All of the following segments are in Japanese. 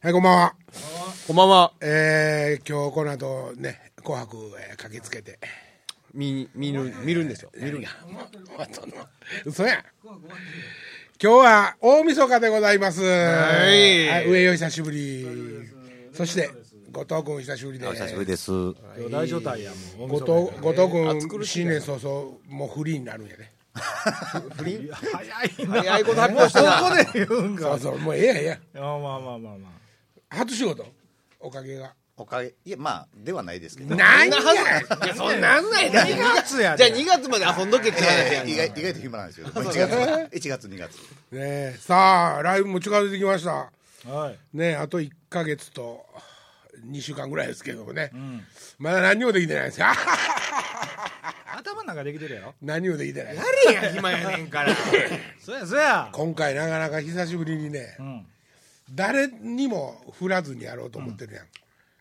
はい、こんばんは。こんばんは。えー、今日この後ね、紅白、えー駆けつけて。 見、見る、見るんですよ。見るんや。終わったの嘘やん。今日は大晦日でございます。いは上よ久しぶり。そして、後藤君久しぶりで。久しぶりです。大状態やも後藤後藤君、新年早々、もうフリーになるんやね。う。早いこと発表したな。ここで言うんかそうそう、もうええやんええやん。あまあまあまあまあ初仕事、おか げが。おかげ、いや、まあ、ではないですけど。なんやいや、そんなんないだ2月やじゃあで2月まで遊んどけって話やえー意んか。外意外と暇なんですよ。1月、一月、2月。ねえさあライブも近づいてきましたはいねえあと1か月と2週間ぐらいですけどもね、まだ何にもできてないですよ 頭なんかできてるやろ何にもできてないやれや、暇やねんから。そやそや今回なかなか久しぶりにね、ん誰にも振らずにやろうと思ってるやん、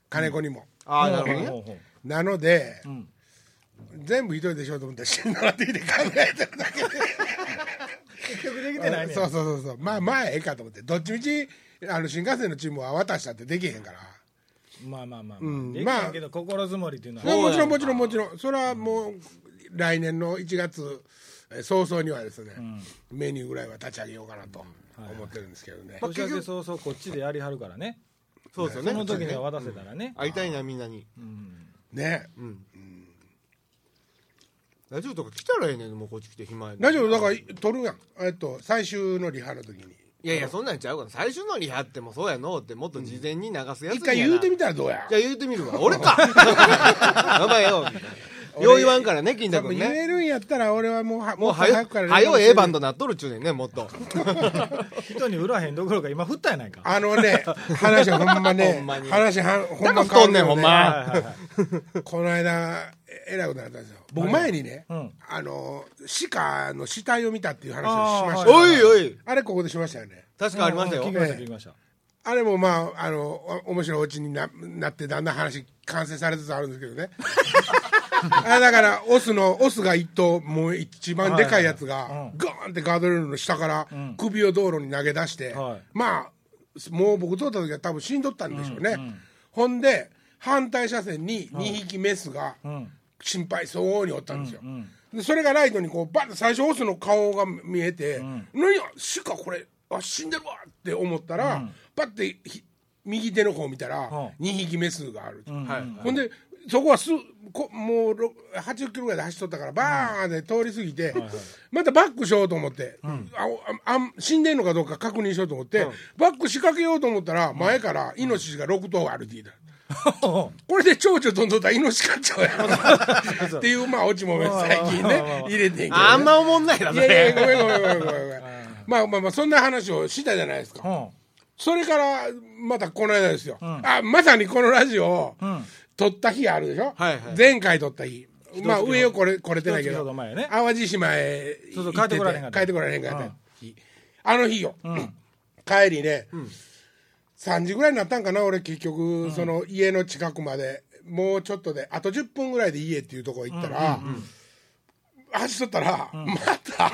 金子にも、ああ、なるほどね。ほうほうなので、ん全部一人でしようと思ったら死んだらって考えてるだけ で結局できてないねんそうそうそうそうまあまあええかと思ってどっちみちあの新幹線のチームは渡したってできへんから。まあまあまあんまあできたけど心づもりっていうのいやはもちろんもちろんもちろんそれはもう来年の1月えー早々にはですね、メニューぐらいは立ち上げようかなと思ってるんですけどね、年明け早々こっちでやりはるからねそうですよね。その時には渡せたらね会いたいな、みんなに。ねラジオとか来たらええねん、もうこっち来て暇やねんラジオだから撮るやんえっと最終のリハの時にいやいや、そんなんちゃうから。最初のリハってもそうやのって、もっと事前に流すやつやな。一回言うてみたらどうやじゃあ言うてみるわ。俺かやばいよ。みたいなよう言わんからね、金多太分君言ね。えるんやったら俺はもうはもうははよ、はよ、ええバンドなっとるっちゅうねんね、もっと。人に売らへんどころか今振ったやないかあの ね話はほんまねほんまに話はほんまだから太んね変わるよんほんまはいはいはいこの間ええらいことになったんですよ僕前にね、うんあの鹿の死体を見たっていう話をしましあーたはおいおいあれここでしましたよね確かありましたよ聞き。ました聞きましたあれもまああのお面白いお家にななってだんだん話完成されつつあるんですけどね あだからオスのオスが一頭もう一番でかいやつはいはがいうんガーンってガードレールの下から首を道路に投げ出して、はいまあもう僕通った時は多分死んどったんでしょうね、ほんで反対車線に2匹メスが心配そうにおったんですよ、でそれがライトにこうバッて最初オスの顔が見えて「何や死かこれあ死んでるわ」って思ったら、バッてひ右手の方を見たら、う2匹メスがある、はい。ほんでそこはすこもうろ80キロぐらいで走っとったからバーンで通り過ぎて、またバックしようと思って、あおああん死んでんのかどうか確認しようと思って、バック仕掛けようと思ったら前からイノシシが6頭歩いていた。これで蝶々飛んどったらイノシシ買っちゃう やろっていうまあオチも最近ね入れてんけど、ね、あんま思んないな、そいやいれ。やごめんごめんごめんごめんごめんまあまあまあそんな話をしたじゃないですかうんそれからまたこの間ですよ、あまさにこのラジオを撮った日あるでしょ、はいはい前回撮った日まあ上をこれこれてないけ一月どほど前ね淡路島へ行そうそう帰ってこられへんかった帰ってこられへんかった日、あの日よ、帰りね、3時ぐらいになったんかな俺結局、その家の近くまでもうちょっとであと10分ぐらいで家っていうとこ行ったら、走っとったら、また、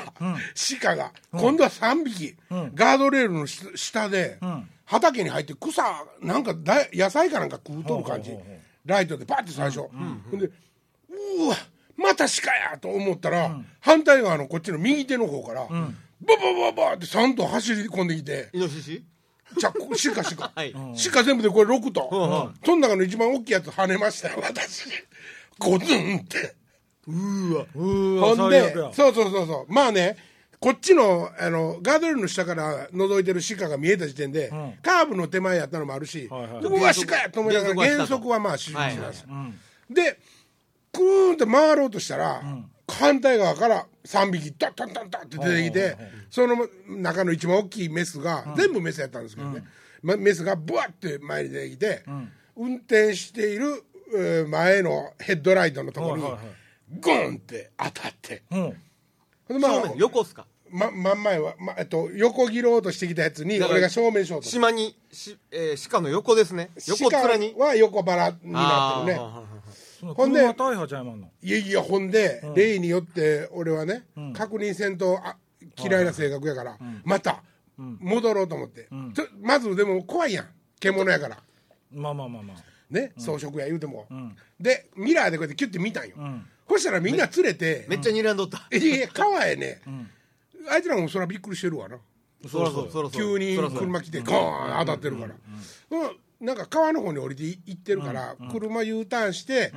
鹿が、今度は3匹、ガードレールのし下で、畑に入って草なんかだ野菜かなんか食うとる感じ、ほうほうほうライトでパッて最初、ほんでうーわまた鹿やと思ったら、反対側のこっちの右手の方から、ババババって3頭走り込んできてイノシシじゃあこ鹿鹿、はい鹿全部でこれ6頭、んうんその中の一番大きいやつ跳ねましたよ私ゴズンって。うーわほんで最悪や、そうそうそうそう。まあね、こっちの、あの、ガードレールの下から覗いてる鹿が見えた時点で、カーブの手前やったのもあるし、はいはいでうわ、鹿やと思いながら、減減速速ははまあ、しまはいしはいました。で、クーンって回ろうとしたら、反対側から3匹、ダッダッダッダッって出てきて、その中の一番大きいメスが、全部メスやったんですけどね、まメスがブワッて前に出てきて、運転しているえー前のヘッドライトのところにはいはいはい、ゴンって当たって、うんほんでまあ正面、横っすかま、真ん前は、ま、えっと、横切ろうとしてきたやつに、だから俺が正面衝突。島に、しえー鹿の横ですね。横っ面に鹿。は横腹になってるね。あーはいはいはいそのほんで車大破ちゃいまんのいやいや、ほんで、例によって、俺はね、確認せんと、あ、嫌いな性格やから、また、戻ろうと思って。ちょまず、でも怖いやん。獣やからまあまあまあまあね装飾や言うても、んでミラーでこうやってキュッて見たんよ、んそしたらみんな連れてめっちゃ睨んどった「いやいや川やね、あいつらもそらびっくりしてるわなそらそうそらそ急うにそらそう車来てゴーン当たってるから、うんなんか川の方に降りて行ってるから、車 U ターンして、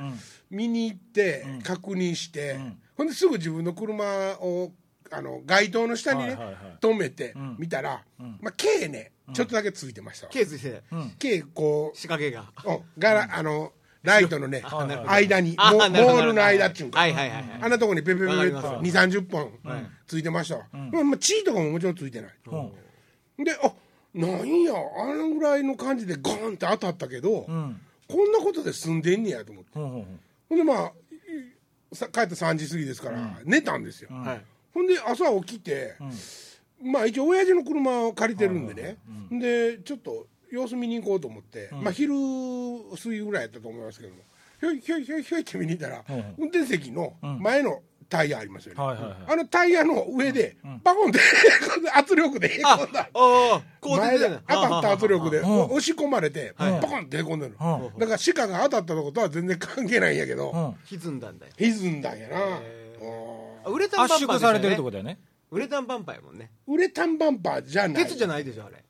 見に行って、確認して、ほんですぐ自分の車をあの街灯の下にね、はいはいはい止めて、見たら、まあ、K ねちょっとだけついてましたわ、ケースしてん K こう仕掛けがうんがらあのライトのねはいはい間にあモなるほどールの間っちゅうんか、はいはいはいはいあんなとこにペペペペわか2りますわ3 0本ついてましたわ、まあまあ、地位とかももちろんついてない、うんであなんやあのぐらいの感じでゴーンって当たったけど、うんこんなことで済んでんねやと思ってうんうんほんでまあいさ帰って3時過ぎですから、寝たんですよ、はいほんで朝起きて、まあ一応親父の車を借りてるんでね、でちょっと様子見に行こうと思って、まあ昼過ぎぐらいやったと思いますけどもひょいひょいひょいひょいって見に行ったら、うん運転席の前のタイヤありますよね、はいはいはいあのタイヤの上で、バコンって 圧力でへこんだああこう出前でてたよ当たった圧力でうん押し込まれてバコンってへこんでるうのんだから鹿が当たったとことは全然関係ないんやけうどん歪んだんだよ歪んだんやなへうんあウレタンバ圧ンパ縮ーされてるってこことだよねウレタンバンパーやもんねウレタンバンパーじゃない鉄じゃないでしょあれ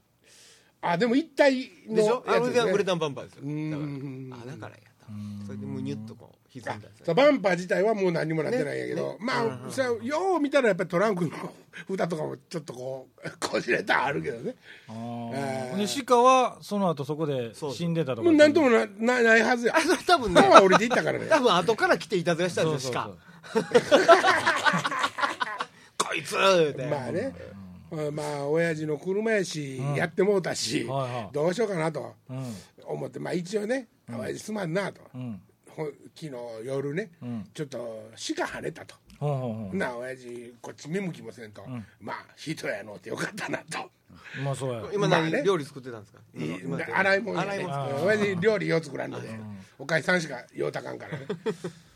あでも一体のでしょあやウつレですタンねウレタンバンパーですんよだからあだからやったそれでもうニュッとこう歪んだんですそうよバンパー自体はもう何にもなってないんやけど、まあ、それよう見たらやっぱりトランクの 蓋とかもちょっとこうこじれたあるけどねあえーーで鹿はその後そこでそうそう死んでたとかもう何ともななないはずやあそれ多分ね川降りていったからね 多分後から来ていたずらしたんですよそう鹿こいつってまあね、うんまあ親父の車やし、やってもうたし、はいはいどうしようかなとうん思ってまあ一応ね「親父すまんな」と、うんほ昨日夜ね、ちょっと鹿跳ねたと。ほんほんほなあ親父こっち見向きもせんと、まあ人やのってよかったなと、んまあそうや今まあ何ね料理作ってたんですかいい今今洗い物や洗ねい物うん親父料理よう作らんのでおかえさんしかようたかんからね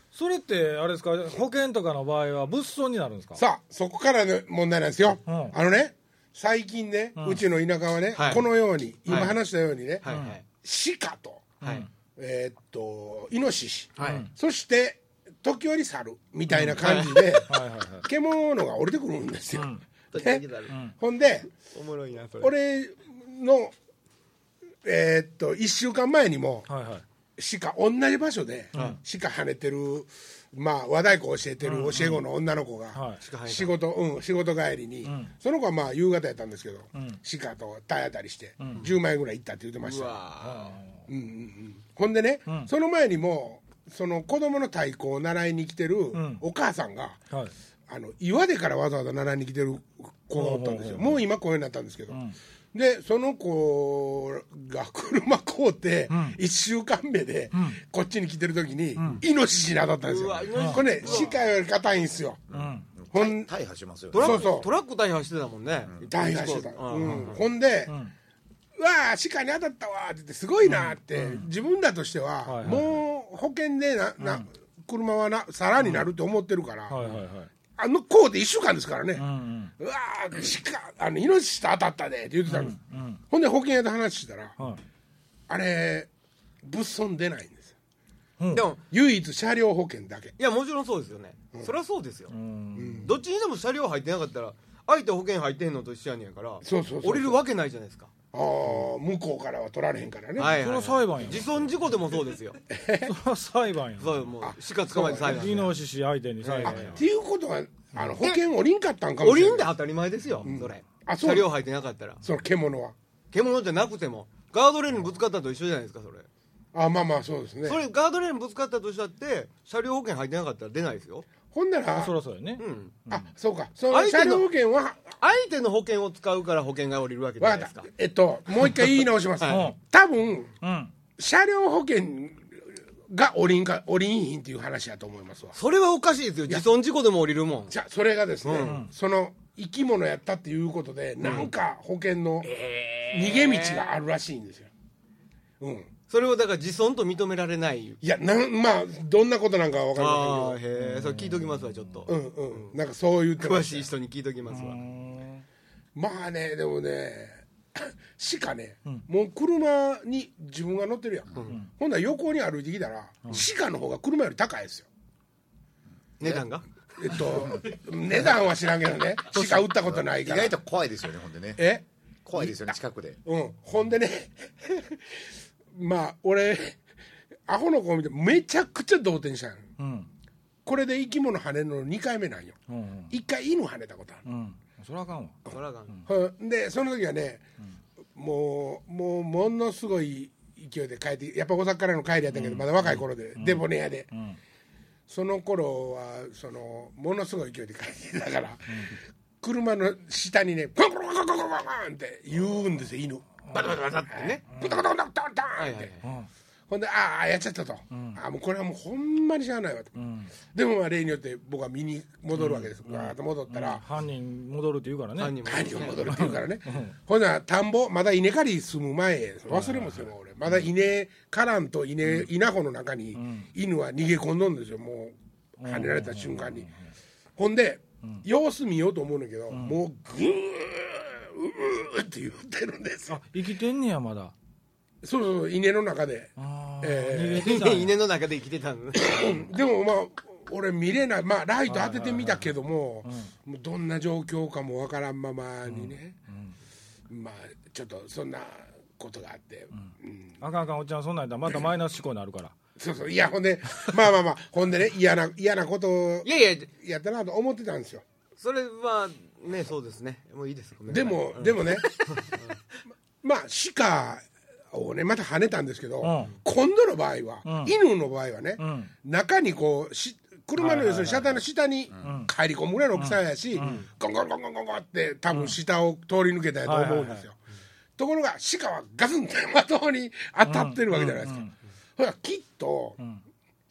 それってあれですか保険とかの場合は物損になるんですかさあそこからの問題なんですよ、うんあのね最近ね、うちの田舎はね、はいこのように今はい話したようにね、はいはい鹿とはいえーっとイノシシ、はいそして時折猿みたいな感じで、はいはいはい獣が降りてくるんですよ、時ね々だろほんでおもろいなそれ俺のえーっと1週間前にもはいはい鹿同じ場所で鹿跳ねてる、まあ、和太鼓を教えてる教え子の女の子はがい鹿跳ねた仕事,、うん、仕事帰りに、その子はまあ夕方やったんですけど、鹿と体当たりして10枚ぐらい行ったって言ってましうた、わほんでね、その前にもその子供の太鼓を習いに来てるお母さんが、はいあの岩手からわざわざ習いに来てる子がおったんですよ、もう今こういうになったんですけど、でその子が車買うて、1週間目でこっちに来てる時に、イノシシに当たったんですうわイノシよシこれね鹿より硬いんですよ、ほん大破しますよトラそッうクそうトラック大破してたもんね大破してた、うんうんほんで、うわあ鹿に当たったわーって言ってすごいなーって、自分らとしては、はいはいもう保険でな、な車はなさらになると思ってるから、はいはいはいあのこうで1週間ですからね、うんうわー鹿あのイノシシと当たったでって言ってたんです、ほんで保険屋と話したら、うんはいあれ物損出ないんですよでも唯一車両保険だけいやもちろんそうですよねそりゃそうですようんどっちにでも車両入ってなかったら相手保険入ってんのと一緒やねんからそうそうそうそう降りるわけないじゃないですかああ向こうからは取られへんからね、はいそれは裁判や自損事故でもそうですよそれは裁判やそうもう鹿捕まえて裁判イノシシ相手に裁あ判っやていうことはあの保険おりんかったんかも降しれなりんいで当たり前ですよそれあそう車両入ってなかったらその獣は獣じゃなくてもガードレールにぶつかったと一緒じゃないですかそれあまあまあそうですねそれガードレールにぶつかったとしたって車両保険入ってなかったら出ないですよほんならそりゃそうやねうんあそうかそ相の手の車両保険は相手の保険を使うから保険が降りるわけじゃなわかいでっすたかえっともう一回言い直します、はい多分うん車両保険がおりんかおりんひんっていう話やと思いますわそれはおかしいですよ自損事故でも降りるもんじゃあそれがですね、その生き物やったっていうことで、なんか保険の逃げ道があるらしいんですよ。うん、それをだから自損と認められないいやなんまあどんなことなんかは分かりあまあせんけへえそれ聞いときますわちょっとど、うんうん、なんかそう言って詳まししい人に聞いときますわたまあねでもね 鹿ね、もう車に自分が乗ってるやん、ほんなら横に歩いてきたら、鹿の方が車より高いですよ値段がえっと値段は知らんけどね鹿売ったことない意から外と怖いですよね、ほんでね。え怖いですよね、近くで。うんほんでね まあ俺アホの子を見てめちゃくちゃ動転したんようんこれで生き物跳ねるの2回目なんようん1回犬跳ねたことあるうんそれはあかんわそらあかんうんでその時はね、もうもうものすごい勢いで帰ってやっぱ大阪からの帰りやったけど、まだ若い頃で、デボネアで、んその頃はそのものすごい勢いで帰ってだから、車の下にねコンコンコンコンコンコンコンって言うんですよ犬バタバタバタってねブタブタブタブタブタはいンっはいてほんでああやっちゃったと、ああもうこれはもうほんまにしゃあないわと、んでもまあ例によって僕は見に戻るわけです、わーっと戻ったら、犯人戻るって言うからね犯人も 帰りを戻るって言うからね、ほな田んぼまだ稲刈り住む前へ忘れもせんわ俺まだ稲からんと稲,、稲穂の中に犬は逃げ込んどんですよもう跳ねられた瞬間に、ほんで、様子見ようと思うんだけど、もうグーうーって言ってるんですよあ生きてんねやまだそうそうそう稲の中で、ああえ逃げてたんや稲の中で生き てたのーでもまあ俺見れないまあライト当ててみたけども,、もうどんな状況かもわからんままにね、まあちょっとそんなことがあって、うんあかんあかんおっちゃんそんなんやったらまたマイナス思考になるからそうそういやほんでまあまあまあほんでね嫌な嫌なことをいやいややったなと思ってたんですよそれはねそうですねもういいですごめんなでさいもでもねまあ鹿をねまた跳ねたんですけど、ん今度の場合は、犬の場合はね、ん中にこうし車の要するに車体の下に帰り込むぐらいの大きさやし、ゴンゴンゴンゴンゴンゴンって多分下を通り抜けたやと思うんですよ、ところが鹿はガツンとまとに当たってるわけじゃないですか、ほらきっと、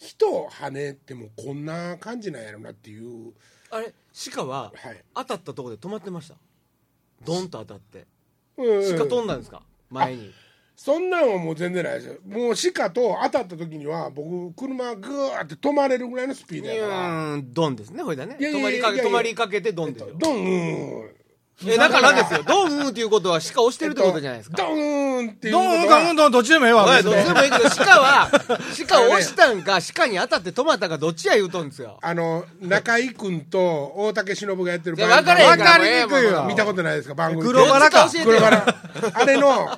人を跳ねてもこんな感じなんやろなっていうあれ鹿ははい当たったとこで止まってましたドンと当たってうん鹿飛んだんですか前にそんなんはもう全然ないですよ。もう鹿と当たった時には、僕、車ぐーって止まれるぐらいのスピーうドやから。ーんドンですねこれだねいやい止やまいりやかいけや止まりかけてドンですよドーン。えだからですよドンっていうことは鹿押してるってことじゃないですドかーンっていうどこんとどはんどんどんどっちでもええわはい別どにっちでもいいけど 鹿は鹿を押したんか鹿に当たって止まったかどっちや言うとんですよあの、中井君と大竹しのぶがやってるいや分かれへん分からかりにくいわ。もうええわ見たことないですか、番組。黒バラかどっち教え黒てよバラ。あれの、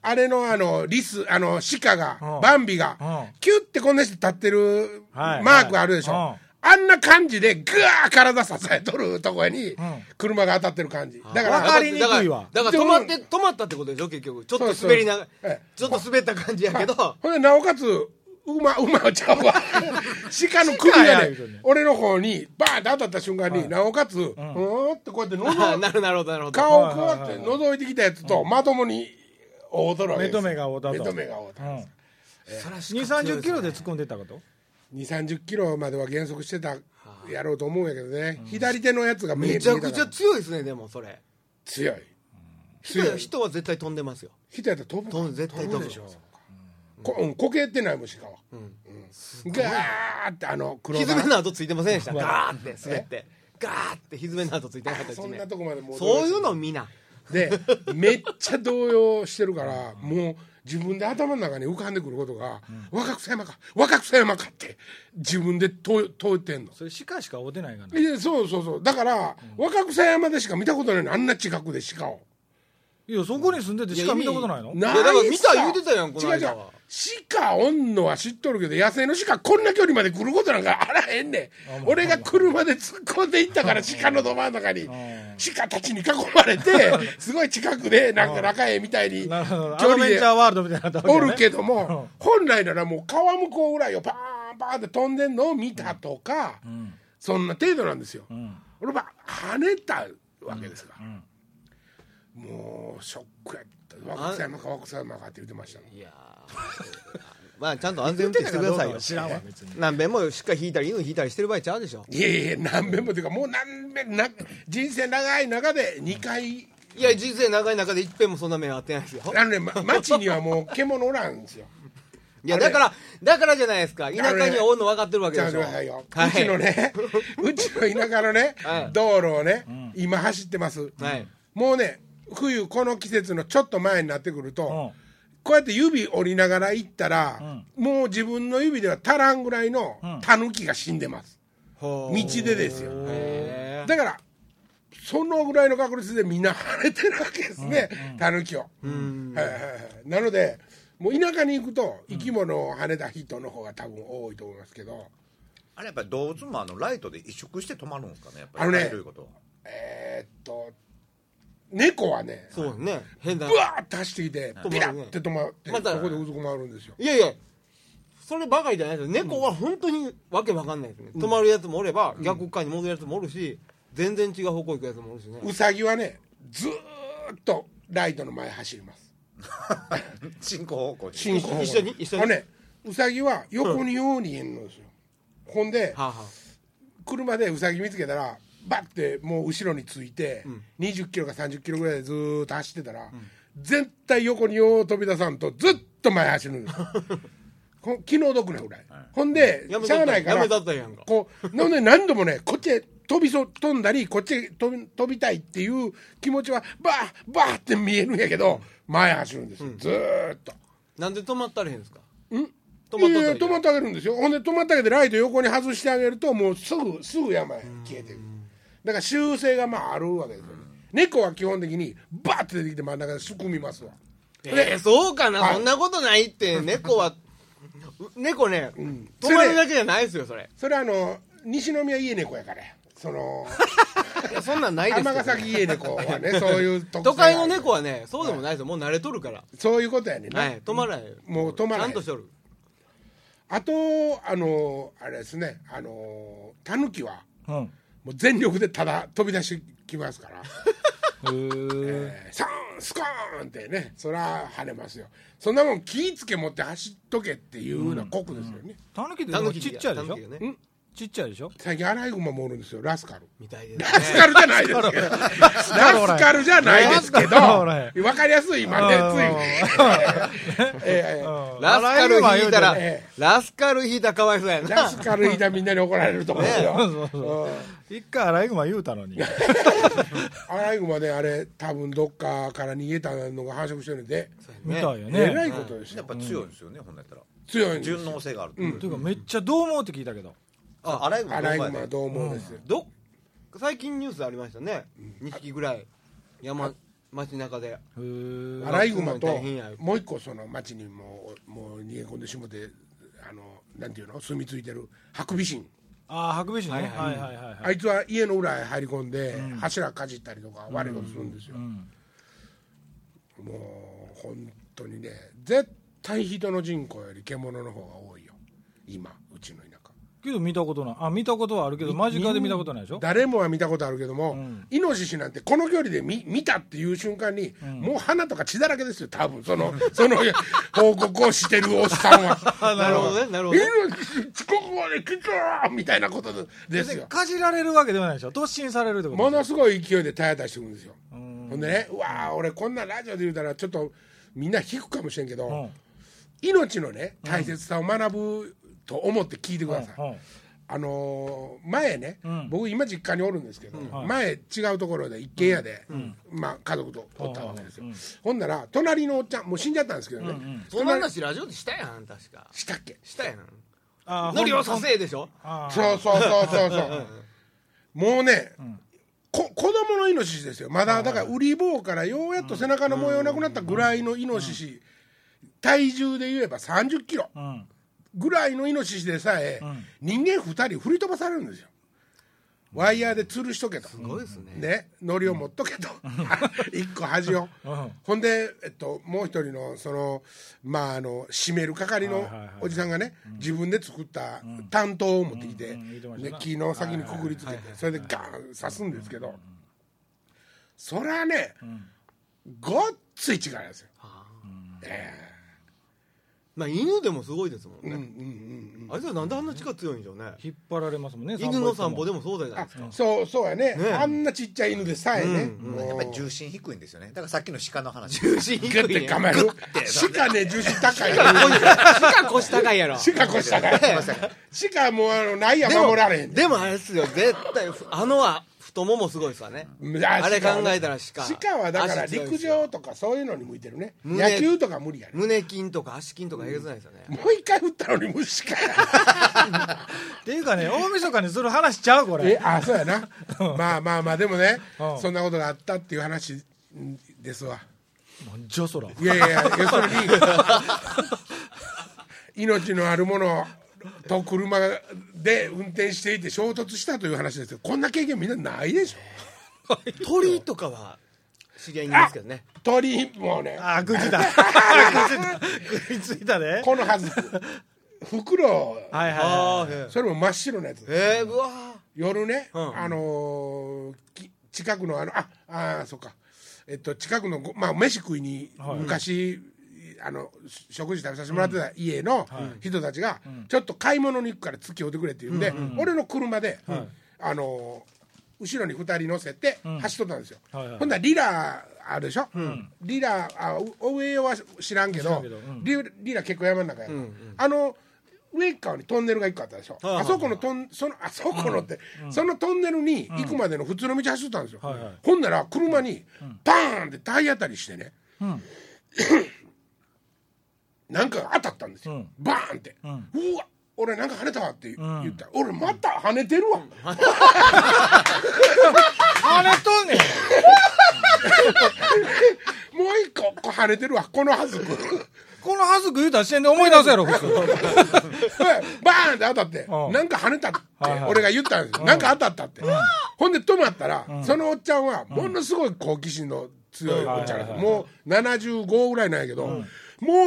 あれのあの、リス、あの、鹿うがん、バンビがうん、キュッてこんなして立ってるはいマークあるでしはょい。あんな感じで、ぐわー体支えとるとこにん、車が当たってる感じ。だから、分かりにくいわだからだから止まって止まったってことでしょ結局ちょっと滑りながそうですちょっと滑った感じやけどほんで、なおかつ、馬、馬ちゃ うわ。鹿の首鹿がや言ねうとんねん、俺の方に、バーンって当たった瞬間に、なおかつ、うーんってこうやって あ覗ーいなるなるほどなるほど顔をこうやって覗いてきたやつと、まともに、大とるわけですよ目と目が合うたと目と目が合うた。うんそら2 3 0キロで突っ込んでったこと2、30キロまでは減速してた、やろうと思うんやけどね。左手のやつが見えめ見ちゃえたくかちゃら強いですねでもそれ強い。強人い。人は絶対飛んでますよ人やったら飛ぶか飛ん絶対飛ぶでしょこうん、こけてないもん、鹿は。うんガーって、あの、黒ひずがめの跡ついてませんでしたガーって滑ってガーってひずめの跡ついてなかったですそんねなとこまで戻るそういうのみんなでめっちゃ動揺してるからもう自分で頭の中に浮かんでくることが「若草山か若草山か」って自分で通通ってんの。それ鹿しか追うてないがないやそうそうそうだから、若草山でしか見たことないのあんな近くで鹿を。いやそこに住んでて鹿見たことないのないやだから見たさ言うてたやんこの間違はう違う鹿おんのは知っとるけど野生の鹿こんな距離まで来ることなんかあらへんねん俺が車で突っ込んでいったから鹿のど真ん中に鹿たちに囲まれ てすごい近くでなんか仲ええみたいに距なるほどアド離ベンでチャーワールドみたいになったわけおやねるけども本来ならもう川向こうぐらいをパーンパーンって飛んでんのを見たとかそんな程度なんですよ俺は跳ねたわけですからもうショックやった若草山か若草山かって言ってましたもんいやーまあちゃんと安全運転してくださいよ知らんわ別に何べんもしっかり引いたり犬引いたりしてる場合ちゃうでしょいやいや何遍もというかもう何遍な人生長い中で2回いや人生長い中で一遍もそんな目は合ってないですよあのねま街にはもう獣おらんんですよいやだからだからじゃないですか田舎にはおんの分かってるわけちゃでんとしょくださいよ、うちの ねうちの田舎のね、はい道路をね、今走ってます、はいもうね冬この季節のちょっと前になってくると、うんこうやって指折りながら行ったら、もう自分の指では足らんぐらいのんタヌキが死んでます、ほ道でですよへだからそのぐらいの確率でみんな晴れてるわけですね、タヌキを、はいはいはいなのでもう田舎に行くと生き物を跳ねた人の方が多分多いと思いますけど、あれやっぱり動物もあのライトで移植して止まるんですかねやっぱりあのねライトいうことはえーっと猫はねそうね変なブワーッと走ってきていピラッて止まって、またそこでうずくまるんですよいやいやそればかりじゃないですよ猫は本当にわけわかんないですね、止まるやつもおれば逆側に戻るやつもおるし全然違う方向行くやつもおるしねウサギはねずーっとライトの前走ります 進行方向で進行方向一緒に一緒にあのねウサギは横にようにいんのですよ、ほんではあ、はあ車でウサギ見つけたらバッてもう後ろについて、20キロか30キロぐらいでずーっと走ってたら、絶対横によう飛び出さんとずっと前走るん ですよほん気の毒なぐらい、ほんでやめしとゃっあたないからやめとったやんかこうなので何度もねこっちへ飛びそう飛んだりこっちへ飛び飛びたいっていう気持ちはバーバーって見えるんやけど前走るんですよ、ずーっと。なんで止まったらへんですかん止まっいとやいやったらいい止まってあげるんですよほんで止まってあげてライト横に外してあげるともうすぐすぐ山へ消えていくだから修正がまああるわけですよね、猫は基本的にバーって出てきて真ん中ですくみますわえー、そうかな、はいそんなことないって猫は 猫ね、ん止まるだけじゃないですよそれそれはあの西宮家猫やからやそのいやそん なんないです尼よ崎家猫は ねそういう特性都会の猫ははねそうでもないですよ、もう慣れとるから、そういうことやねんな、はい、止まらないもう止まらちなゃいんとしとるあとあのあれですねあのタヌキはうんもう全力でただ飛び出してきます からへええーサーンスコーンってねそりゃ跳ねますよそんなもん気ぃつけ持って走っとけっていうような酷ですよね、タヌキってでタもヌちキっちゃいでタしょヌキがねちっちゃいでしょ最近アライグマもおるんですよラスカルみたいでラスカルじゃないですけどラスカルじゃないですけラスカルはおらどわかりやすい今ね ついえーラスカル引いたらえラスカル引いたらかわいそうやなラスカルいたらみんなに怒られると思うよそうそうそう一回アライグマ言うたのにアライグマねあれ多分どっかから逃げたのが繁殖してるんでみたいよえらいねことですやよっぱ強いんですよね、ほんなやったら強いんですよ順応性があるってというかめっちゃどう思うって聞いたけどあアライグマアのライ方がグねマどう思うですよど最近ニュースありましたね、二2匹ぐらい山街中でへえアライグマと大変やもう一個その町にもうもう逃げ込んでしもてあのなんていうの住み着いてるハクビシンああハクビシンねはいはいはいはいあいつは家の裏へ入り込んで、柱かじったりとか悪いことするんですよ、もう本当にね絶対人の人口より獣の方が多いよ今うちの田舎けど見たことないあ見たことはあるけど間近で見たことないでしょ誰もは見たことあるけども、イノシシなんてこの距離で見見たっていう瞬間に、もう鼻とか血だらけですよ多分その その報告をしてるおっさんは なるほどねなるほどイノシシ遅刻まで来たみたいなことですよかじられるわけではないでしょ突進されるってことものすごい勢いで体当たりしてくるんですよほんでねうわー俺こんなんラジオで言うたらちょっとみんな引くかもしれんけど、うん命のね大切さを学ぶと思って聞いてください、うんあのー前ね、ん僕今実家におるんですけど、前違うところで一軒家で、まあ、家族とおったわけですよ、ほんなら隣のおっちゃんもう死んじゃったんですけどね、その話ラジオでしたやん確かしたっけしたやんあーノリをさせでしょあーそうそうそうそうそうもうね、こ子供のイノシシですよまだだからウリ棒からようやっと背中の模様なくなったぐらいのイノシシ体重で言えば3 0キロうんぐらいのイノシシでさえ、人間2人振り飛ばされるんですよワイヤーで吊るしとけとすごいですねね、ノリを持っとけと、 一個端を、ほんで、えっと、もう一人のその、まあ、あの締める係のはいはいおじさんがね、自分で作った担当を持ってきて、うん言ってましたねな、木の先にくくりつけて、それでガーン刺すんですけど、それはね、ごっつい違いですよ、まあ犬でもすごいですもんうね、んうんあいつはなんであんな力強いんでしょうね引っ張られますもんね犬の散歩ででもそうじゃうんないあですかそうそうやねねあんなちっちゃい犬でさえね、やっもうぱり重心低いんですよねだからさっきの鹿の話重心低グッいてね構える鹿ね重心高いよ鹿腰高いやろ鹿越したから鹿もうあのないやでも守られへんねでもあれですよ絶対ふあのは二太ももすごいですわねうんああれ鹿はね考えたら鹿鹿はだから足強い陸ですよ上とかそういうのに向いてるね胸野球とか無理やね胸筋とか足筋とかえげつないですよね、もう一回打ったのに虫かっていうかね大晦日にする話ちゃうこ え れあそうやなまあまあまあでもねうんそんなことがあったっていう話んですわなんじゃそらいやいやいや 要するに命のあるものと車で運転していて衝突したという話ですよこんな経験みんなないでしょ鳥とかは知り合いにいますけどね鳥もうねあ食いついた食いついた食いついたねこのはず袋はいはあいはあへそれも真っ白なやつええうわ夜ね、うんあのーき近くのあのああーそっかえっと近くのごまあ飯食いに昔、あのし食事食べさせてもらってた家の人たちが、ちょっと買い物に行くから付き合ってくれって言うんで、俺の車で、あのー後ろに2人乗せて走っとったんですよ、はいはいほんならリラあるでしょ、リラあう上は知らんけどけどうんリリラ結構山の中やから、あの上側にトンネルが1個あったでしょ、はいはいあそこのトンそのあそこのって、そのトンネルに行くまでの普通の道走ってたんですよ、はいはいほんなら車にバーンって体当たりしてね、ん なんか当たったんですよ、うんバーンって、うわ俺なんか跳ねたわって言ん言った、俺また跳ねてるわ、跳ねとんねんもう一個こう跳ねてるわこのはずくこのはずく言うたら視点で思い出 すやろ普通 バーンって当たって、うんなんか跳ねたってはいはい俺が言ったんですよ、なんか当たったって、ほんで止まったら、そのおっちゃんはものすごい好奇心の強いおっちゃんなんです、うんもう75ぐらいなんやけど、も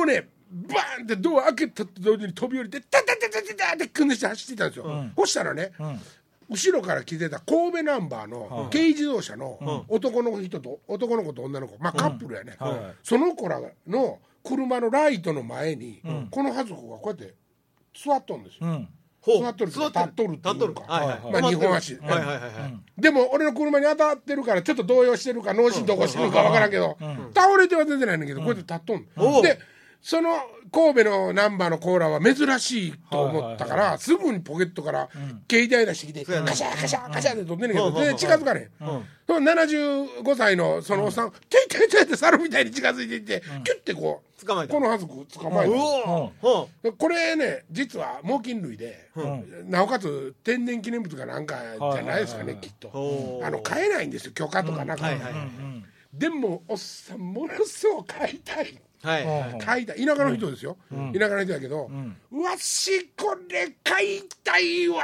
うねバーンってドア開けたと同時に飛び降りてタタタタタタって組んでして走っていったんですよ、そしたらね、後ろから来てた神戸ナンバーの軽自動車の男の人と男の子と女の子まあカップルやね、うんはいはいその子らの車のライトの前に、このはずこがこうやって座っとんですよ、うんほ座っとる座立っとるっていうか立っとるはいはいまあ二本足はいはいはいはいでも俺の車に当たってるからちょっと動揺してるか脳震盪してるか分からんけど、倒れては出てないねんだけど、こうやって立っとんの、おうでその神戸のナンバーのコーラは珍しいと思ったから、すぐにポケットから携帯出してきて、うやねカシャカシャカシャって飛んでんねんけど、うん全然近づかねえ、その75歳のそのおっさん、ちょいちょいちょいって猿みたいに近づいていって、キュッてこう捕まえたこのはずく捕まえうたおうんーほでこれね実は猛禽類で、なおかつ天然記念物かなんかじゃないですかね、きっと、ほうあの買えないんですよ許可とかなくうて、はいはいでもおっさんものすごく買いたいはいはいうん買いたい田舎の人ですよ、田舎の人やけど、わしこれ買いたいわ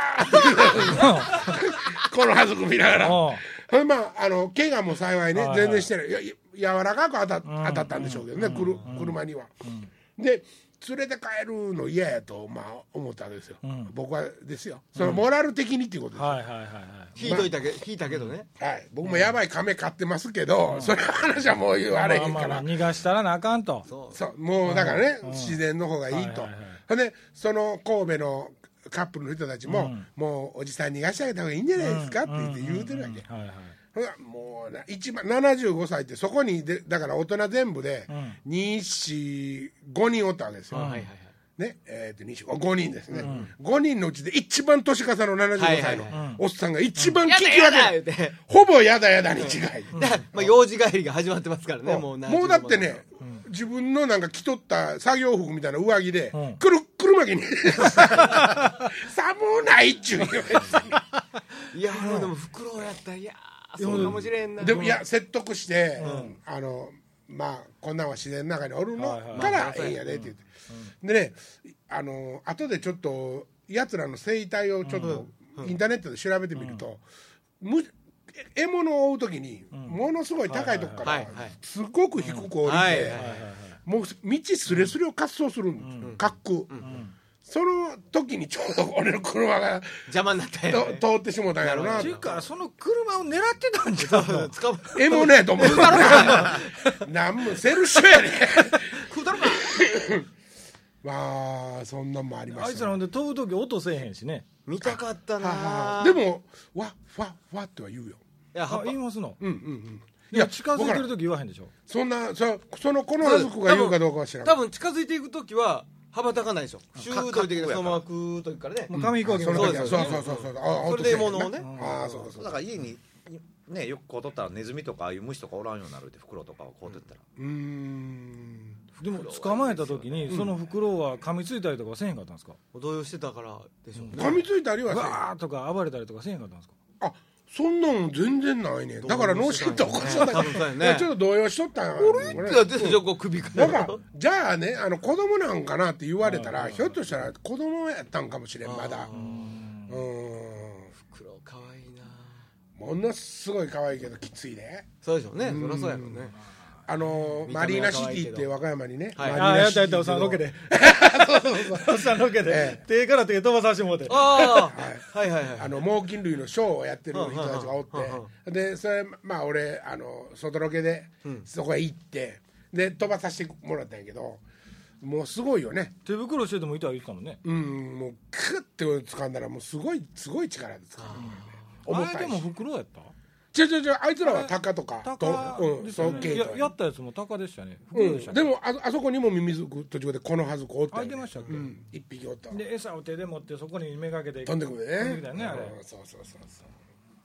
このはずく見ながらうんほんでまああの怪我も幸いねはいはい全然してないいやいや柔らかく当た当たったんでしょうけどね、くる車には、で連れて帰るの嫌やと、まあ、思ったわけですよ、僕はですよそのモラル的にっていうことですはいはいはいはい引いといたけ引いたけどねはい、僕もやばい亀飼ってますけど、それは話はもう言われへんまかあまあまらあ、逃がしたらなあかんとそうそうもうだからね、自然の方がいいと、はいはいはいほんでその神戸のカップルの人たちも、もうおじさん逃がしてあげた方がいいんじゃないですかって言って言うてるわけ、はいはいほらもうな一番75歳ってそこにでだから大人全部で245人おったわけですよ、はいはいはいねえーと2 5人ですね、5人のうちで一番年重の75歳のはいおっさんが一番聞やきだ分けやだない、言う てほぼやだやだに違い、だからまあ用事帰りが始まってますからねももううだってね、自分のなんか着とった作業服みたいな上着で、んくるっくる巻 きに寒ないっちゅう言われいやもうでもフクロウやったらいやーそうかもしれんなてでもいや説得して、あのまあこんなんは自然の中におるのはいはいからええんやでって言って、でねあの後でちょっとやつらの生態をちょっと、インターネットで調べてみると、む獲物を追う時に、ものすごい高いとこかはらいはいすごく低く降りて。はいはいはいもう道すれすれを滑走するんですよ、滑空、その時にちょうど俺の車が邪魔になったんやとね通ってしもうたんやろなっていうかその車を狙ってたんじゃんの捕ま獲物やと思うなんもセルショやね食うた ろかまあそんなんもありまあいしつたねらほんで飛ぶ時音せえへんしね見たかったはあはなあでーもわフわわっては言うよいや葉あっぱ言いますのうんうんうんいや近づいてるわからん時言わへんでしょそんなそそのこの家族が言うかどうかは知らん多分近づいていく時は羽ばたかないでしょシューッとできてそのままクーッと行くからね紙飛行機そのの時時ははそうそそううそうそうそうあそれで獲物をねああそうかそうかだから家にねよくこう取ったらネズミとかああいう虫とかおらんようになるって袋とかをこう取ったら、うーんでも捕まえた時にその袋は噛みついたりとかせえへんかったんですか、動揺してたからでしょうね、噛みついたりはせんわーとか暴れたりとかせえへんかったんですかあそんなん全然ないねだから脳死とかそうだ多分そうやねいやちょっと動揺しとったんやこれいやでしょこう首かならん かじゃあねあの子供なんかなって言われたらひょっとしたら子供やったんかもしれんまだうーん袋かわいいなものすごい可愛いけどきついねそうでしょうねそりゃそうやろうねあの見た目はマリーナシティって和歌山にね、マリーナシティたおっさんロケで おっさんロケで手から手飛ばさせてもらってああはいはいはいあの猛禽類のショーをやってる人たちがおってうんうんうんうんでそれまあ俺あの外ロケでそこへ行ってで飛ばさせてもらったんやけどもうすごいよね手袋してても痛い言ってたもんねうんもうクッて掴んだらもうすごいすごい力で掴んだからね重あたれでいしも袋やった違う違う違うあいつらはタカとかと鷹うんですそようね系や統ややったやつも鷹でしたねう袋でしたんねでもああそこにもミミズク途中でこのはずこおったよあ出ましたっけうん一匹おったわで餌を手で持ってそこにめがけて飛んでくるね飛んできたよねあれうんそうそうそうそう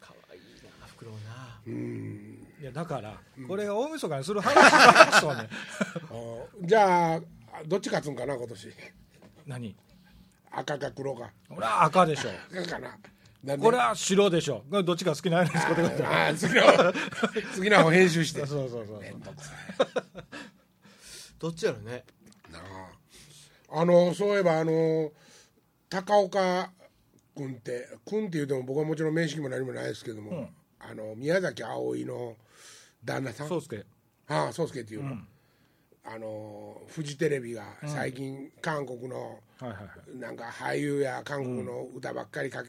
かわいいな袋ないやだからこれが大晦日にする話そうね あじゃあどっち勝つんかな今年何赤か黒かこれは赤でしょ赤かななんでこれは白でしょこれどっちが好きなんですかってことあー次の次の方編集して そうそうそうどっちやろねなああのそういえばあの高岡君って君って言うても僕はもちろん面識も何もないですけども、あの宮崎あおいの旦 那さんそうすけああ宗介っていうの、あのフジテレビが最近韓国の、はいはいはいなんか俳優や韓国の歌ばっかりか、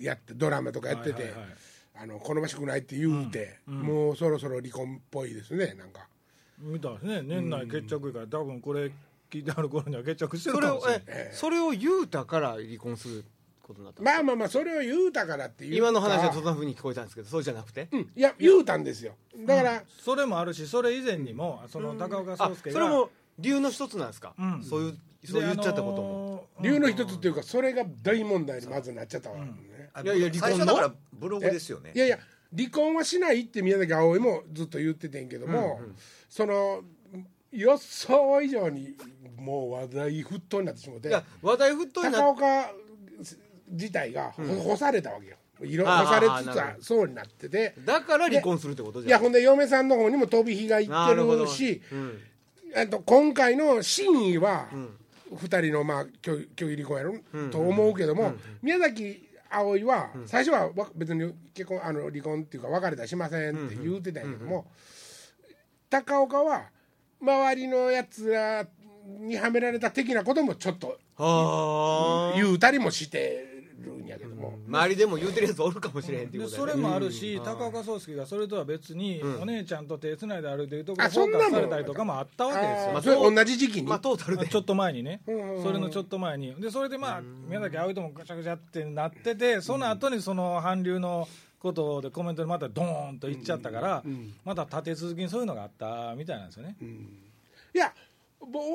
やってドラマとかやってて、はいはいはいあの好ましくないって言うて、もうそろそろ離婚っぽいですねなんか見たんですね年内決着やから多分これ聞いてある頃には決着してるそかれをもしれないえそれを言うたから離婚することになったまあまあまあそれを言うたからっていうか今の話はそんなふうに聞こえたんですけどそうじゃなくてうんいや言うたんですよだから、それもあるしそれ以前にもその高岡あ壮そ介れがも理由の一つなんですかんそういうでそう言っちゃったことあものー理由の一つっていうかそれが大問題にまずなっちゃったわけね、あいやいや離最婚の初だからブログですよねいやいや離婚はしないって宮崎あおいもずっと言っててんけども、その予想以上にもう話題沸騰になってしもうていや話題沸騰高になっ岡自体がほ干されたわけよ、色あー干されつつなるあほどそうになっててだから離婚するってこといじゃやんほんで嫁さんの方にも飛び火がいってなるほどるしうんえっと今回の真意は、2人のまあ虚偽虚偽離婚やろ、と思うけども、宮崎あおいは、最初はわ別に結婚あの離婚っていうか別れたりしませんって言うてたんやけども、高岡は周りのやつらにはめられた的なこともちょっとああ言うたりもしてるんやけども、周りでも言うてるやつおるかもしれへんっていうでことそれやねもあるし、高岡壮介がそれとは別に、お姉ちゃんと手つないで歩いてるとこあフそんォーなもカスんされたりとかもあったわけですよあーそれ同じ時期に、まあトータルまあでちょっと前にね、んうんそれのちょっと前にでそれでまあ宮崎あおいともぐちゃぐちゃってなっててその後にその韓流のことでコメントでまたドーンと言っちゃったから、また立て続けにそういうのがあったみたいなんですよね、いや僕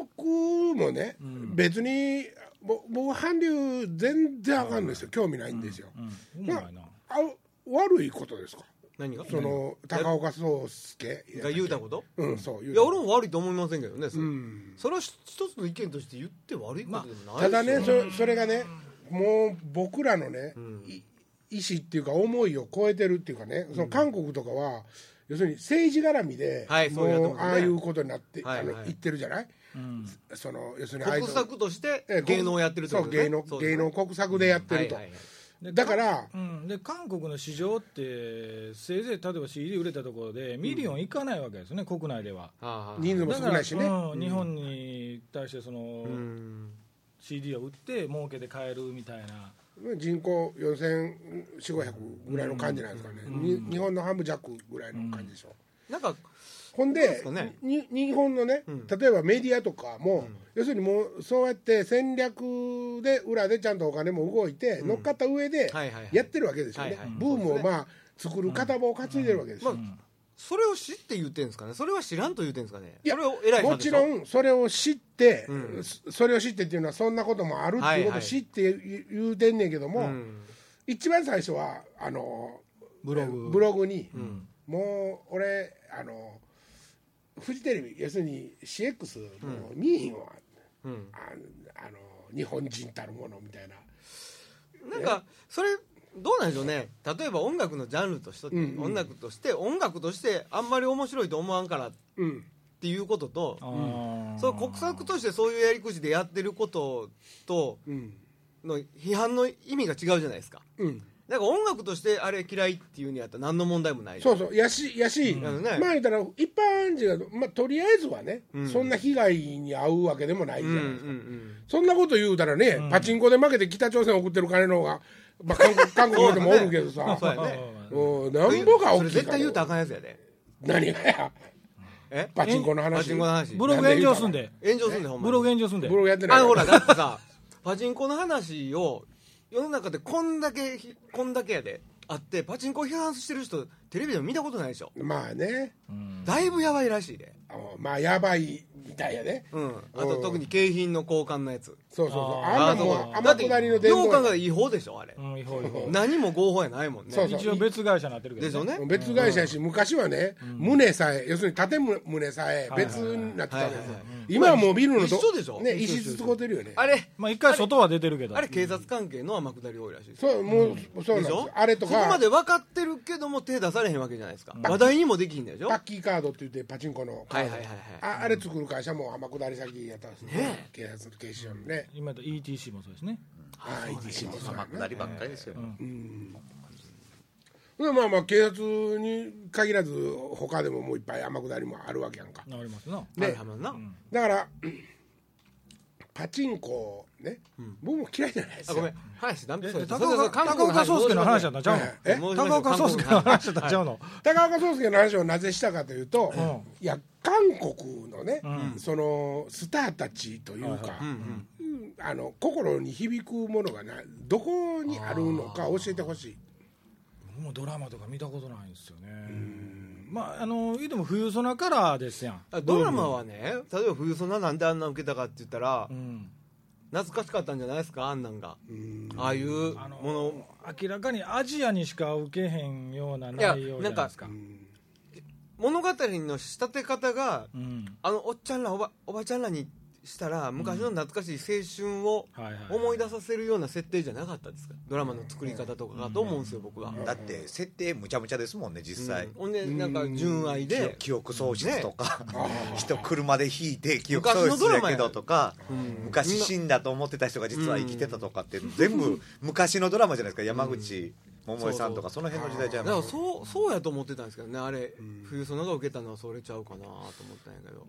もね、別にぼ僕韓流全然あかんですよ、興味ないんですよ、うんうまいなあ悪いことですか何がその高岡壮介が言うたことうんそう言ういたや俺も悪いと思いませんけどねそれ,、それは一つの意見として言って悪いことでもなたいだですよねそそれがねもう僕らのね、い意思っていうか思いを超えてるっていうかねその韓国とかは、要するに政治絡みで、はいそうやってもますねああいうことになって、はいあはのい言ってるじゃない、その要するにアイ国ドル策としてええ芸能をやってるってことそう芸能そう芸能国策でやってると、はいはいはいだからうん、で韓国の市場ってせいぜい例えば CD 売れたところでミリオンいかないわけですね、国内ではああ人数もだ少から、ないしねうん日本に対してその、うん CD を売って儲けて買えるみたいな人口4400500ぐらいの感じなんですかね、に日本の半分弱ぐらいの感じでしょ、なんかほんでそうですかねに日本のね、例えばメディアとかも、要するにもうそうやって戦略で裏でちゃんとお金も動いて、乗っかった上ではいはいはいやってるわけですよね、はいはいブームをまあ作る片棒を担いでるわけですよ、それを知って言ってんですかねそれは知らんと言ってんですかねいやそれを偉いさもんでしちょろんそれを知って、んそそれを知ってっていうのはそんなこともあるっていうことを知って言う言うてんねんけども、うん一番最初はあのブログブログに、もう俺あのフジテレビ要するに CX もう見えへんわ、うんああの日本人たるものみたいななんかそれどうなんでしょうね例えば音楽のジャンルとしうて、んうん音楽として音楽としてあんまり面白いと思わんからっうんていうこととあーそう国策としてそういうやり口でやってることとうんの批判の意味が違うじゃないですかうんなんか音楽としてあれ嫌いっていうにやったら何の問題もないそうそうやしやし、んまあ言ったら一般人が、まあ、とりあえずはね、そんな被害に遭うわけでもないじゃうんなういんですか、うんそんなこと言うたらね、パチンコで負けて北朝鮮送ってる金の方が、まあ、韓 国韓国の人もおるけどさそうやあねーうんなんぼがそ大れきい絶か対言うたらあらかんやつやで何がやえパチンコの話パチンコの話ブログ炎上すんで炎上すんでほんまにブログ炎上すんでブログやってないあほらだってさ パチンコの話を世の中でこんだけひこんだけやであってパチンコ批判してる人テレビでも見たことないでしょまあねだいぶやばいらしいであまあやばいみたいやね、うんあと特に景品の交換のやつそうそうそうああんーなもあとうだ天って下りの伝よう言考えたら違法でしょあれうん違法違法何も合法やないもんねそうそう一応別会社になってるけどでしょうね別会社やし、昔はね、胸さえ要するに縦胸さえ別になってたんですよはいはいはい今はもうビルのと一緒でしょね石ずつこてるよねあれまあ一回外は出てるけどあれ警察関係の天下り多いらしいですそうもう、そうなんででしすょよあれとそこまかで分かってるけども手出されへんわけじゃないですか話題にもできひんのでしょパはッキーカードって言ってパチンコのカーいド、はいはいはいああれ作る会社も天下り先やったんですね警察と警視庁のね、今だと ETC もそうですねああいい仕事だ甘なくなりばっかりですよ、でまあまあ警察に限らず他でももういっぱい天下りもあるわけやんかありますなはいはいまあなだから パチンコね、僕も嫌いじゃないですあよごめん話なんでそれ高岡韓高国の岡話壮介の話だったんちゃうのえ高岡壮介の話だったんちゃうの高岡壮介の話をなぜしたかというと、ういんや韓国のね、そのスターたちというか、うんあの心に響くものがなどこにあるのか教えてほしい僕もドラマとか見たことないんですよねまああの言うても冬ソナからですやんあドラマはね例えば冬ソナなんであんな受けたかって言ったらうん懐かしかったんじゃないですかあんなんがああいうもあのの明らかにアジアにしか受けへんような内容じゃないですか物語の仕立て方がうんあのおっちゃんらおばおばちゃんらにしたら昔の懐かしい青春をはいはい思い出させるような設定じゃなかったですかドラマの作り方とかがと思うんですよ僕は、だって設定むちゃむちゃですもんね実際、ほんでなんか純愛記で憶記憶喪失とか、 人車で引いて記憶喪昔のド失ラやマやけどとか昔死んだと思ってた人が実は生きてたとかって全部昔のドラマじゃないですか山口百恵さんとかその辺の時代じゃだかないらそうそうやと思ってたんですけどねあれ、冬ソナが受けたのはそれちゃうかなと思ったんやけど、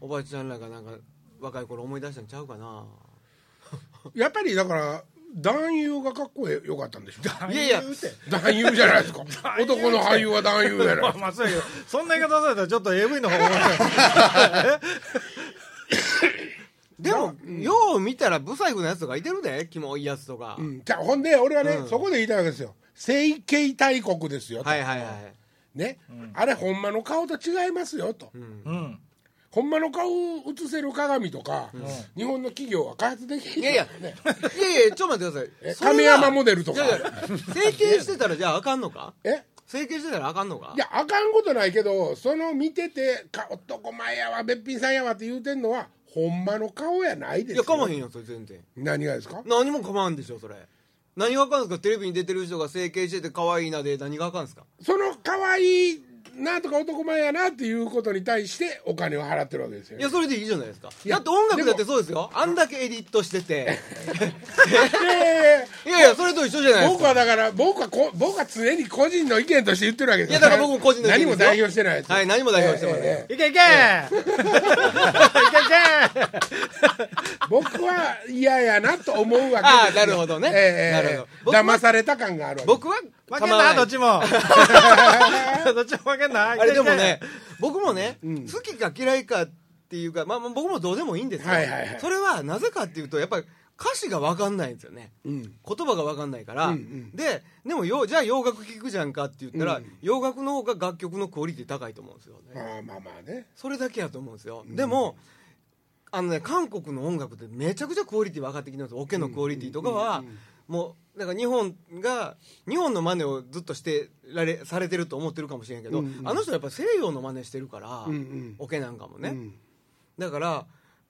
おばあちゃんらがなんか若い頃思い出したんちゃうかなやっぱりだから男優がかっこよかったんでしょ いやいや男優じゃないですか男の俳優は男優じゃないまあそうやけどそんな言い方されたらちょっと AV の方が面白いでも、よう見たら不細工なやつとかいてるでキモいやつとか、うんじゃあほんで俺はね、そこで言いたいわけですよ整形大国ですよと、はいはいはい ね、あれほんまの顔と違いますよと、うんほんまの顔を映せる鏡とか、日本の企業は開発できいやいや、ねいやいや、ちょっと待ってくえださい。それは亀山モデルとかいやいや整形してたらじゃああかんのかえ整形してたらあかんのかいやあかんことないけどその見ててか男前やわべっぴんさんやわって言うてんのはほんまの顔やないですいや、よかまへんよ、それ全然。何がですか何もかまんでしょ、それ。何があかんですかテレビに出てる人が整形してて可愛いなで何があかんですかその可愛いなとか男前やなっていうことに対してお金を払ってるわけですよいや、それでいいじゃないですか。やだって音楽だってそうですよ。あんだけエディットしてて。でいやいや、それと一緒じゃないです僕か。はだから僕はこ僕は常に個人の意見として言ってるわけですいや、だから僕も個人の意何も見ですよ代表してないですはい、何も代表してません。ええええい けいけいけいけ僕は嫌やなと思うわけですよああなるほどねええなるほどええ僕は騙された感があるわけです僕は負構けんわなないどっち もどっちも負けんなあれでもね、僕もね、好きか嫌いかっていうか、まあ、まあ僕もどうでもいいんですよ、はいはいはいそれはなぜかっていうと、やっぱり歌詞が分かんないんですよね、言葉が分かんないから、ででもよ、じゃあ洋楽聴くじゃんかって言ったら、洋楽の方が楽曲のクオリティ高いと思うんですよね、まあまあまあねそれだけやと思うんですよ、でもあのね、韓国の音楽ってめちゃくちゃクオリティ分かってきてるんですよオケのクオリティとかは、もうなんか日本が日本の真似をずっとしてられされてると思ってるかもしれんけど、あの人はやっぱ西洋の真似してるから、うんうんオケなんかもね、うんだから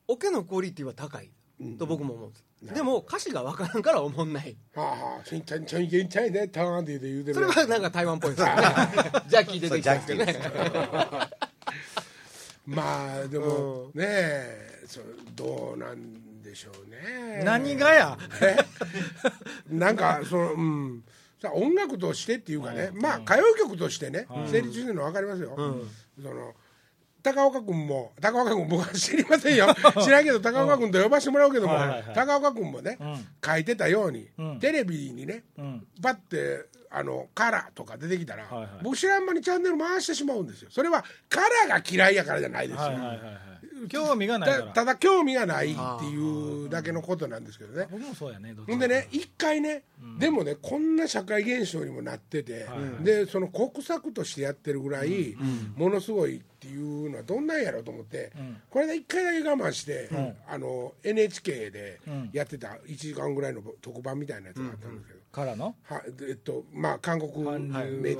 オケのクオリティは高いと僕も思うんです、でも歌詞がわからんから思んないああ、ちょんちょんちょん、ちゃいね、ターンって言うて言うてそるれ。はなんか台湾っぽいです よねジャッキー出そてうきジャたんッですキけーどでねすまあ、でも、ねえ、そうどうなんでしょうね。何がやえなんかそのうんさ音楽としてっていうかね、まあ歌謡曲としてね、成立してるの分かりますよ、その高岡君も高岡君僕は知りませんよ 知らんけど高岡君と呼ばしてもらうけども、はいはいはい高岡君もね、ん書いてたように、うんテレビにね、うんバッてあのカラーとか出てきたら、はいはい僕知らん間にチャンネル回してしまうんですよそれはカラーが嫌いやからじゃないですよ、はいはいはいはい興味がないかたらただ興味がないっていうだけのことなんですけどね、僕もそうやねどっちほんでもね一回ね、でもねこんな社会現象にもなってて、はいはいでその国策としてやってるぐらい、ものすごいっていうのはどんなんやろうと思って、んこれで一回だけ我慢して、あの NHK でんやってた1時間ぐらいの特番みたいなやつがあったんですけど、からのはえっとまあ韓国メディア、韓流ね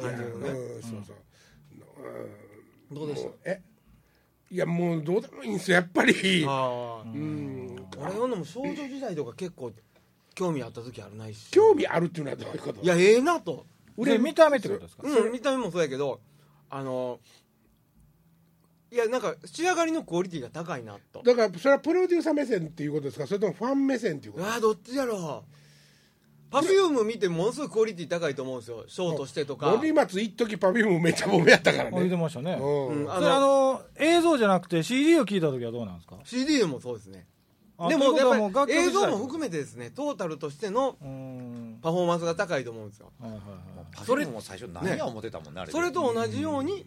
うんそうそう、うんどうでしたもえいやもうどうでもいいんですよやっぱり、ああうん、俺読んでも少女時代とか結構興味あった時あるないし興味あるっていうのはどういうこといやええなとで見た目ってことですかうん見た目もそうやけどあのいやなんか仕上がりのクオリティが高いなとだからそれはプロデューサー目線っていうことですかそれともファン目線っていうこうとわーどっちやろうパフューム見てものすごいクオリティ高いと思うんですよショーとしてとか森松一時パフュームめっちゃボメやったから言うねてましたねううんんはあそれあのの映像じゃなくて CD を聞いた時はどうなんですか CD もそうですねあでといもうことはやっぱり楽曲映自体像も含めてですねトータルとしてのうーんパフォーマンスが高いと思うんですよはいはいはいそれも最初何や思ってたもんねあれそれと同じように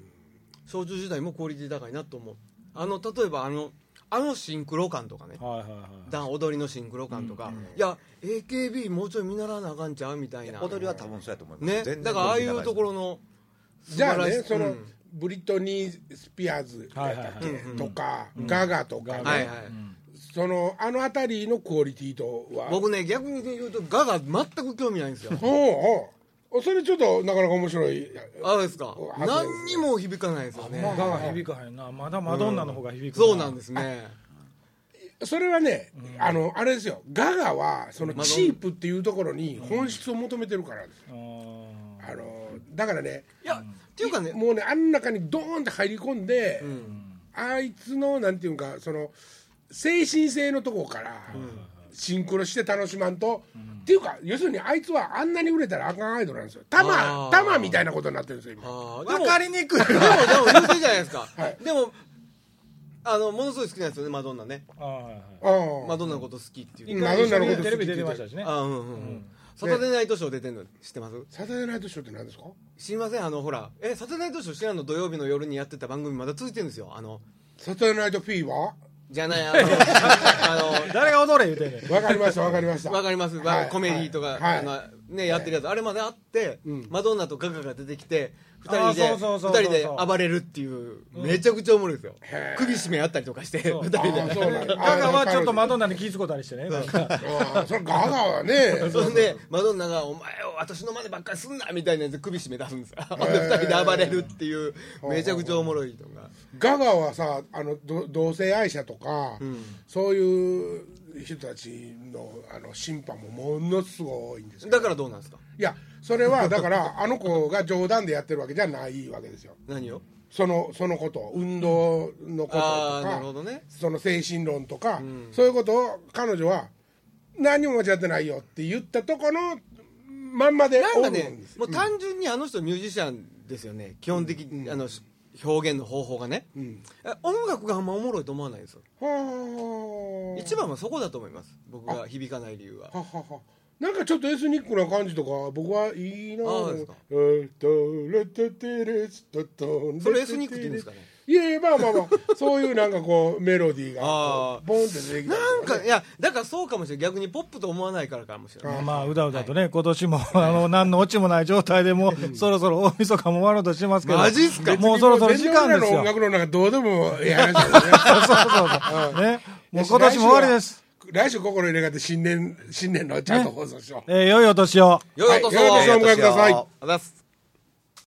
少女時代もクオリティ高いなと思うあの例えばあのあのシンクロ感とかねはいはいはいダン踊りのシンクロ感とか、いや AKB もうちょい見習わなあかんちゃうみたいな踊りは多分そうやと思いますね全然だからああいうところのじゃあ素晴ねらしいその、うんブリトニー・スピアーズやったっけはいはいはいとか、ガガとかね、はいはい、そのあの辺りのクオリティとは僕ね逆に言うとガが全く興味ないんですよほうほうそれちょっとなかなか面白いああですかあ何にも響かないですよねガが響かへんなまだマドンナの方が響くそうなんですすねそれはね、あのあれですよガガはそのチープっていうところに本質を求めてるからです、あのだからねいやっていうかねもうねあん中にドーンって入り込んで、あいつのなんていうんかその精神性のとこから、シンクロして楽しまんと、っていうか要するにあいつはあんなに売れたらあかんアイドルなんですよタマあータマみたいなことになってるんですよ今あーで分もかりにくいでもでも言うてるじゃないですか、はいでもあのものすごい好きなんですよねマドンナねあーマドンナのこと好きっていうマドンナのことテレビ出てましたしねあーうんうんうん、サタデーナイトショー出てるの知ってますサタデーナイトショーって何ですか知りませんあのほらえサタデーナイトショー知らんの土曜日の夜にやってた番組まだ続いてるんですよあのサタデーナイトフィーバじゃないあのあ誰が踊れ言うてんねんーわかりましたわかりましたのわかります、はいコメディとか、はいあのねやってるやつ、あれまであって、マドンナとガガが出てきてあ2ー人でそうそうそう二人で暴れるっていう、めちゃくちゃおもろいですよへー首絞めあったりとかして2人あーそうなんだガガはちょっとマンドンナに気づこたりしてねなんかナそれガガはね それでマドンナが「お前を私の真似ばっかりすんな」みたいなやつで首絞め出すんですよほんで2人で 暴れるっていうめちゃくちゃおもろいとかガガはさあのど同性愛者とか、そういう人たちのあの審判もものすごい多いんですよだからどうなんですかいやそれはだからあの子が冗談でやってるわけじゃないわけですよ何をそのそのこと運動のこととああなるかほどねその精神論とか、そういうことを彼女は何も間違ってないよって言ったとこのまんまでなんかおるねんですよもう単純にあの人ミュージシャンですよね基本的にあの表現の方法がねえ音楽があんまおもろいと思わないんですよはあ一番はそこだと思います僕が響かない理由ははははなんかちょっとエスニックな感じとか僕はいいなあそうですかえーっとレッテテレストトンそれエスニックって言うんですかねいやいやまあまあまあそういうなんかこうメロディーがあこうーボンって出てきたりなんとかいやだからそうかもしれない逆にポップと思わないからかもしれないまあうだうだとね今年もあの何のオチもない状態でもうそろそろ大晦日も終わろうとしてますけどマジっすかもうそろそろ時間全然俺らでのすよ音楽の中どうでもええ話だよねそうそうそうねもう今年も終わりです来週心入れがって新年新年のちゃんと放送しようえー良いお年を。よいお年をはい良いお年をお迎えくださいありがとうございます